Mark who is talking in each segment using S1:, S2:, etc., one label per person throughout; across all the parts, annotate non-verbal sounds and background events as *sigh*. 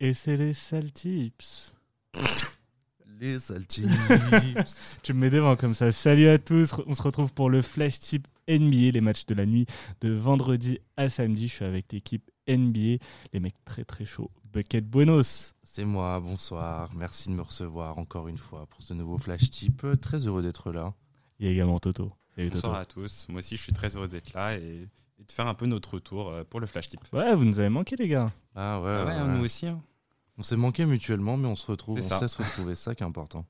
S1: Et c'est les sales tips.
S2: Les sales tips.
S3: *laughs*
S1: tu me mets devant comme ça. Salut à tous. On se retrouve pour le flash tip NBA, les matchs de la nuit de vendredi à samedi. Je suis avec l'équipe NBA, les mecs très très chauds. Bucket Buenos.
S2: C'est moi, bonsoir. Merci de me recevoir encore une fois pour ce nouveau flash tip. Très heureux d'être là.
S1: Il y a également Toto. Salut
S3: Bonsoir
S1: Toto.
S3: à tous. Moi aussi, je suis très heureux d'être là et, et de faire un peu notre retour euh, pour le flash tip.
S1: Ouais, vous nous avez manqué les gars.
S2: Ah ouais,
S3: Ah ouais,
S2: ouais.
S3: hein, nous aussi. hein.
S2: On s'est manqué mutuellement, mais on se retrouve, on
S3: C'est ça.
S2: sait se retrouver, ça qui est important.
S1: En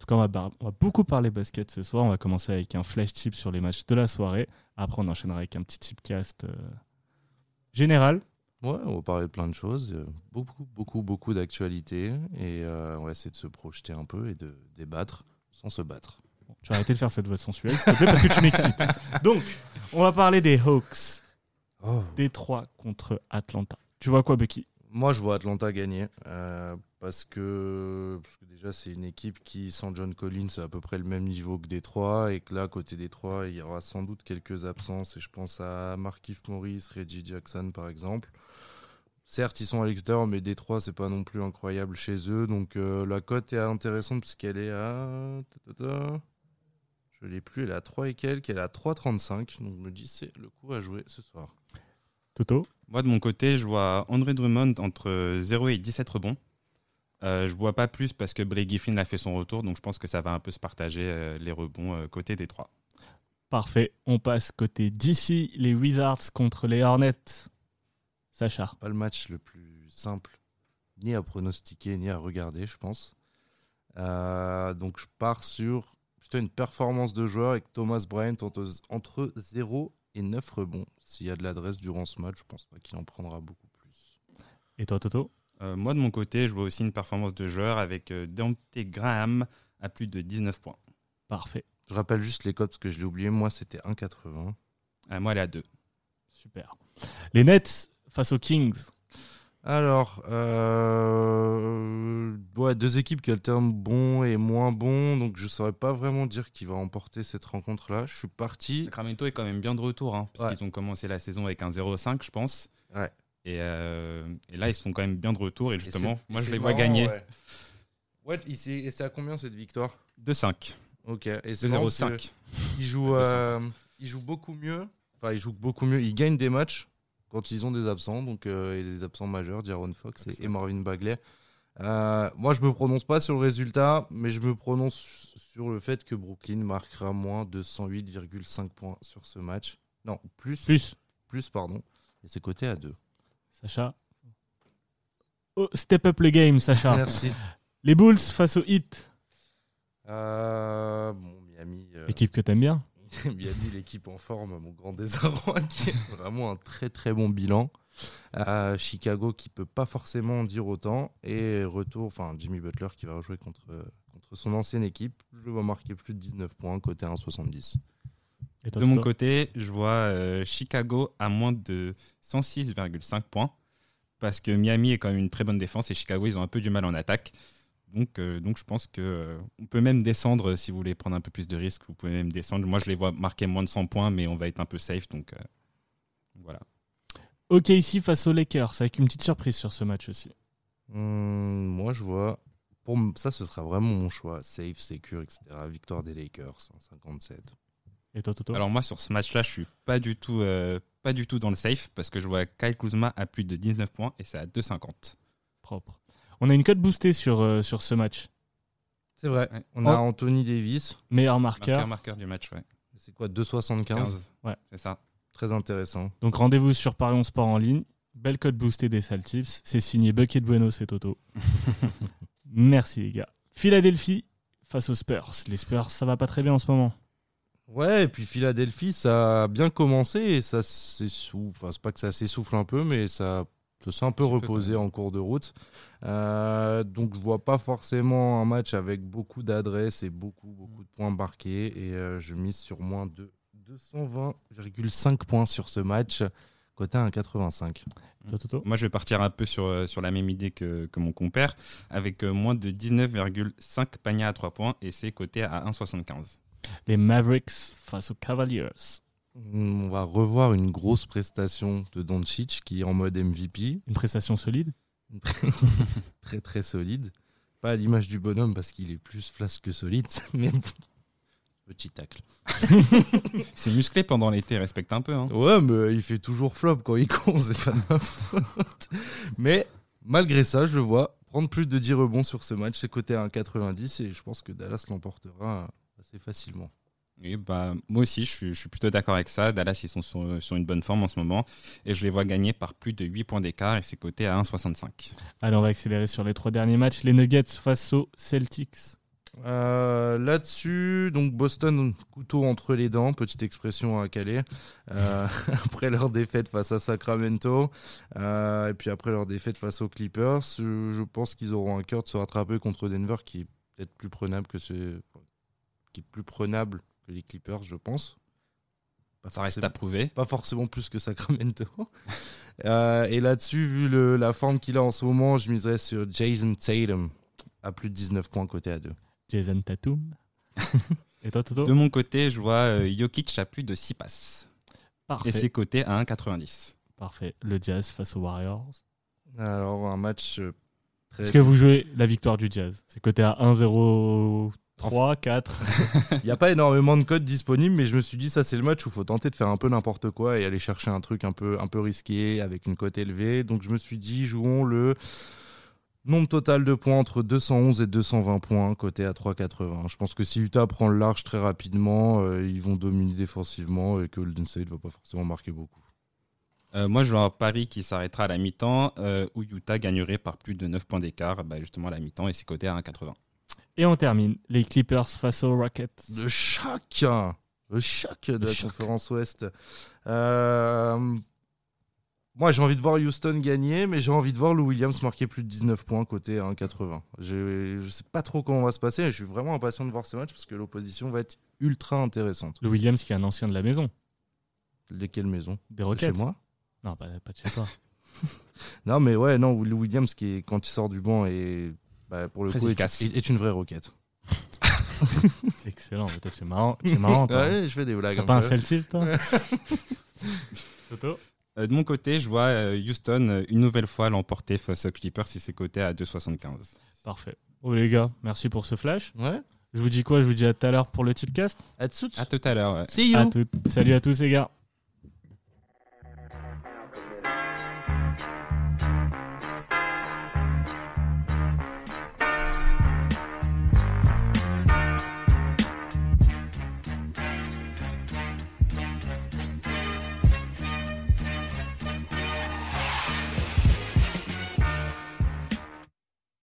S1: tout cas, on va, bar- on va beaucoup parler basket ce soir. On va commencer avec un flash tip sur les matchs de la soirée. Après, on enchaînera avec un petit tipcast euh, général.
S2: Ouais, on va parler de plein de choses, euh, beaucoup, beaucoup, beaucoup d'actualités, et euh, on va essayer de se projeter un peu et de débattre sans se battre.
S1: Bon, tu as arrêté de faire cette voix sensuelle, s'il te plaît, parce que tu m'excites. Donc, on va parler des Hawks.
S3: Oh.
S1: Détroit contre Atlanta. Tu vois quoi, Becky
S2: Moi, je vois Atlanta gagner euh, parce, que, parce que déjà, c'est une équipe qui, sans John Collins, est à peu près le même niveau que Détroit. Et que là, côté Détroit, il y aura sans doute quelques absences. Et je pense à Markif Morris, Reggie Jackson, par exemple. Certes, ils sont à l'extérieur, mais Détroit, c'est pas non plus incroyable chez eux. Donc, euh, la cote est intéressante puisqu'elle est à. ta-ta-ta. Je l'ai plus, elle est à 3 et quelques, elle est à 3,35. Donc, je me dis, c'est le coup à jouer ce soir.
S1: Toto
S3: Moi, de mon côté, je vois André Drummond entre 0 et 17 rebonds. Euh, je vois pas plus parce que Blake Griffin a fait son retour, donc je pense que ça va un peu se partager euh, les rebonds euh, côté des trois.
S1: Parfait. On passe côté DC, les Wizards contre les Hornets. Sacha.
S2: pas le match le plus simple, ni à pronostiquer, ni à regarder, je pense. Euh, donc je pars sur plutôt une performance de joueur avec Thomas Bryant entre, entre 0 et 9 rebonds. S'il y a de l'adresse durant ce match, je pense pas qu'il en prendra beaucoup plus.
S1: Et toi, Toto
S3: Euh, moi, de mon côté, je vois aussi une performance de joueur avec euh, Dante Graham à plus de 19 points.
S1: Parfait.
S2: Je rappelle juste les codes parce que je l'ai oublié. Moi, c'était 1,80.
S3: À Euh, moi, elle est à 2.
S1: Super. Les Nets face aux Kings.
S2: Alors, euh, ouais, deux équipes qui alternent bon et moins bon. Donc je saurais pas vraiment dire qui va emporter cette rencontre-là. Je suis parti.
S3: Sacramento est quand même bien de retour, hein, parce
S2: Mmh. Ouais.
S3: qu'ils ont commencé la saison avec un 0-5, je pense.
S2: Ouais.
S3: Et, euh, et là, ils sont quand même bien de retour. Et
S2: Et
S3: justement,
S2: c'est-
S3: moi,
S2: et
S3: je
S2: c'est
S3: les vois
S2: marrant,
S3: gagner
S2: Ouais, Ouais, il s'est- et c'est à combien cette victoire
S3: 2-5.
S2: Ok, et c'est marrant parce que
S3: 2-0-5.
S2: Ils jouent,
S3: Ouais,
S2: euh, ils jouent beaucoup mieux. Enfin, ils jouent beaucoup mieux. Ils gagnent des matchs quand ils ont des absents, donc euh, et des absents majeurs, Jaron Fox et, et Marvin Bagley. Euh, moi, je me prononce pas sur le résultat, mais je me prononce sur le fait que Brooklyn marquera moins de 108,5 points sur ce match. Non, plus, plus,
S1: Plus.
S2: pardon. Et c'est coté à 2.
S1: Sacha. Oh, step up le game,
S3: Ah.
S1: Sacha.
S2: Merci.
S1: les Bulls face aux Heat.
S2: Euh, bon, Miami. euh,
S1: Équipe que t'aimes bien.
S2: Miami, l'équipe en forme, mon grand désarroi, *laughs* qui est vraiment un très très bon bilan. Euh, Chicago qui peut pas forcément en dire autant. Et retour, enfin Jimmy Butler qui va rejouer contre, contre son ancienne équipe. Je le vois marquer plus de 19 points, côté 1,70.
S1: Et toi,
S3: De mon
S1: Toto
S3: côté, je vois euh, Chicago à moins de 106,5 points, parce que Miami est quand même une très bonne défense et Chicago, ils ont un peu du mal en attaque. Donc, euh, donc je pense que euh, on peut même descendre euh, si vous voulez prendre un peu plus de risques. Vous pouvez même descendre. Moi, je les vois marquer moins de 100 points, mais on va être un peu safe. Donc euh, voilà.
S1: Ok, ici face aux Lakers, avec une petite surprise sur ce match aussi.
S2: Hum, moi, je vois. Pour m- ça, ce sera vraiment mon choix. Safe, secure, etc. Victoire des Lakers, hein, 1,57.
S1: Et toi, Toto
S3: Alors moi sur ce match-là, je suis pas du tout, euh, pas du tout dans le safe parce que je vois Kyle Kuzma à plus de 19 points et c'est à 2,50.
S1: Propre. On a une cote boostée sur, euh, sur ce match.
S2: C'est vrai. Oh.
S3: Ouais.
S2: On a Anthony Davis.
S1: Meilleur
S3: Marqueur,
S1: marqueur.
S3: marqueur du match, ouais.
S2: C'est quoi 2,75
S1: Ouais.
S3: C'est ça.
S2: Très intéressant.
S1: Donc rendez-vous sur Paris On Sport en ligne. Belle cote boostée des sales tips. C'est signé Bucket Bueno, c'est
S3: *laughs*
S1: Toto. Merci les gars. Philadelphie face aux Spurs. Les Spurs, ça va pas très bien en ce moment.
S2: Ouais, et puis Philadelphie, ça a bien commencé et ça s'essouffle. Enfin, c'est pas que ça s'essouffle un peu, mais ça ça s'est un peu
S3: Un petit peu,
S2: reposé en cours de route. Euh, donc, je vois pas forcément un match avec beaucoup d'adresse et beaucoup, beaucoup de points marqués. Et euh, je mise sur moins de 220,5 points sur ce match, côté 1,85.
S3: Mm.
S1: Toi, Toto
S3: Moi, je vais partir un peu sur, euh, sur la même idée que, que mon compère, avec euh, moins de 19,5 paniers à 3 points, et c'est coté à 1,75.
S1: Les Mavericks face aux Cavaliers.
S2: On va revoir une grosse prestation de Doncic qui est en mode MVP,
S1: Une prestation solide.
S2: très très solide. Pas à l'image du bonhomme parce qu'il est plus flasque que solide, *laughs* mais petit tacle.
S3: C'est musclé pendant l'été, respecte un peu. hein.
S2: Ouais, mais il fait toujours flop quand il compte, *laughs* c'est pas de ma faute. Mais malgré ça, je le vois prendre plus de 10 rebonds sur ce match, c'est coté à 1,90 et je pense que Dallas l'emportera assez facilement.
S3: Oui, bah, moi aussi, je suis, je suis plutôt d'accord avec ça. Dallas, ils sont sur, euh, sur une bonne forme en ce moment, et je les vois gagner par plus de 8 points d'écart, et c'est coté à 1,65.
S1: Allez, on va accélérer sur les trois derniers matchs. Les Nuggets face aux Celtics.
S2: Euh, Là-dessus, donc Boston, couteau entre les dents, petite expression à caler, Euh, *laughs* après leur défaite face à Sacramento, euh, et puis après leur défaite face aux Clippers, euh, je pense qu'ils auront un cœur de se rattraper contre Denver, qui est peut-être plus prenable que ce... qui est plus prenable que les Clippers, je pense. Pas
S3: Ça reste
S2: forcément-
S3: à prouver.
S2: pas forcément plus que Sacramento. *laughs* Euh, et là-dessus, vu le- la forme qu'il a en ce moment, je miserais sur Jason Tatum à plus de 19 points côté à 2.
S1: Jason
S3: *laughs*
S1: Tatum. Et toi, Toto
S3: De mon côté, je vois euh, Jokic à plus de 6 passes, et
S1: Parfait.
S3: c'est coté à 1,90.
S1: Parfait. Le Jazz face aux Warriors.
S3: Euh,
S2: Alors, un match euh, très.
S1: Est-ce que vous jouez la victoire du Jazz C'est coté à 1-0. 3, 4.
S2: Il n'y a pas énormément de codes disponibles, mais je me suis dit, ça, c'est le match où il faut tenter de faire un peu n'importe quoi et aller chercher un truc un peu, un peu risqué avec une cote élevée. Donc, je me suis dit, jouons le nombre total de points entre 211 et 220 points, côté à 3,80. Je pense que si Utah prend le large très rapidement, euh, ils vont dominer défensivement et que Golden State ne va pas forcément marquer beaucoup.
S3: Euh, moi, je vois un pari qui s'arrêtera à la mi-temps, euh, où Utah gagnerait par plus de 9 points d'écart, bah, justement à la mi-temps, et c'est coté à 1,80.
S1: Et on termine. Les Clippers face aux Rockets.
S2: Le choc Le choc de
S1: Le
S2: la
S1: choc.
S2: conférence Ouest. Euh, Moi, j'ai envie de voir Houston gagner, mais j'ai envie de voir Lou Williams marquer plus de 19 points côté 1,80. Je je sais pas trop comment on va se passer, et je suis vraiment impatient de voir ce match parce que l'opposition va être ultra intéressante.
S1: Le Williams qui est un ancien de la maison.
S2: De quelle maison
S1: Des
S2: De Chez
S1: Rockets.
S2: moi
S1: Non, pas, pas de chez toi. *laughs*
S2: Non, mais ouais, non, Lou Williams, qui est, quand il sort du banc, est, bah, pour le
S3: Très
S2: coup, est,
S3: efficace.
S2: est- est une vraie roquette.
S1: Excellent. mais toi, Tu es marrant. Tu es *laughs* marrant toi.
S2: Ouais, je fais des blagues.
S1: T'as
S2: un
S1: pas un
S2: peu.
S1: Celtic, toi *laughs* Toto
S3: Euh, de mon côté, je vois euh, Houston euh, une nouvelle fois l'emporter face aux Clippers, et c'est coté à 2,75.
S1: Parfait. Oh les gars, merci pour ce flash.
S2: Ouais,
S1: Je vous dis quoi Je vous dis à tout à l'heure pour le tipcast.
S2: à dessous.
S3: Ah. À tout à l'heure. ouais.
S2: See you.
S1: À tout. Salut à tous les gars.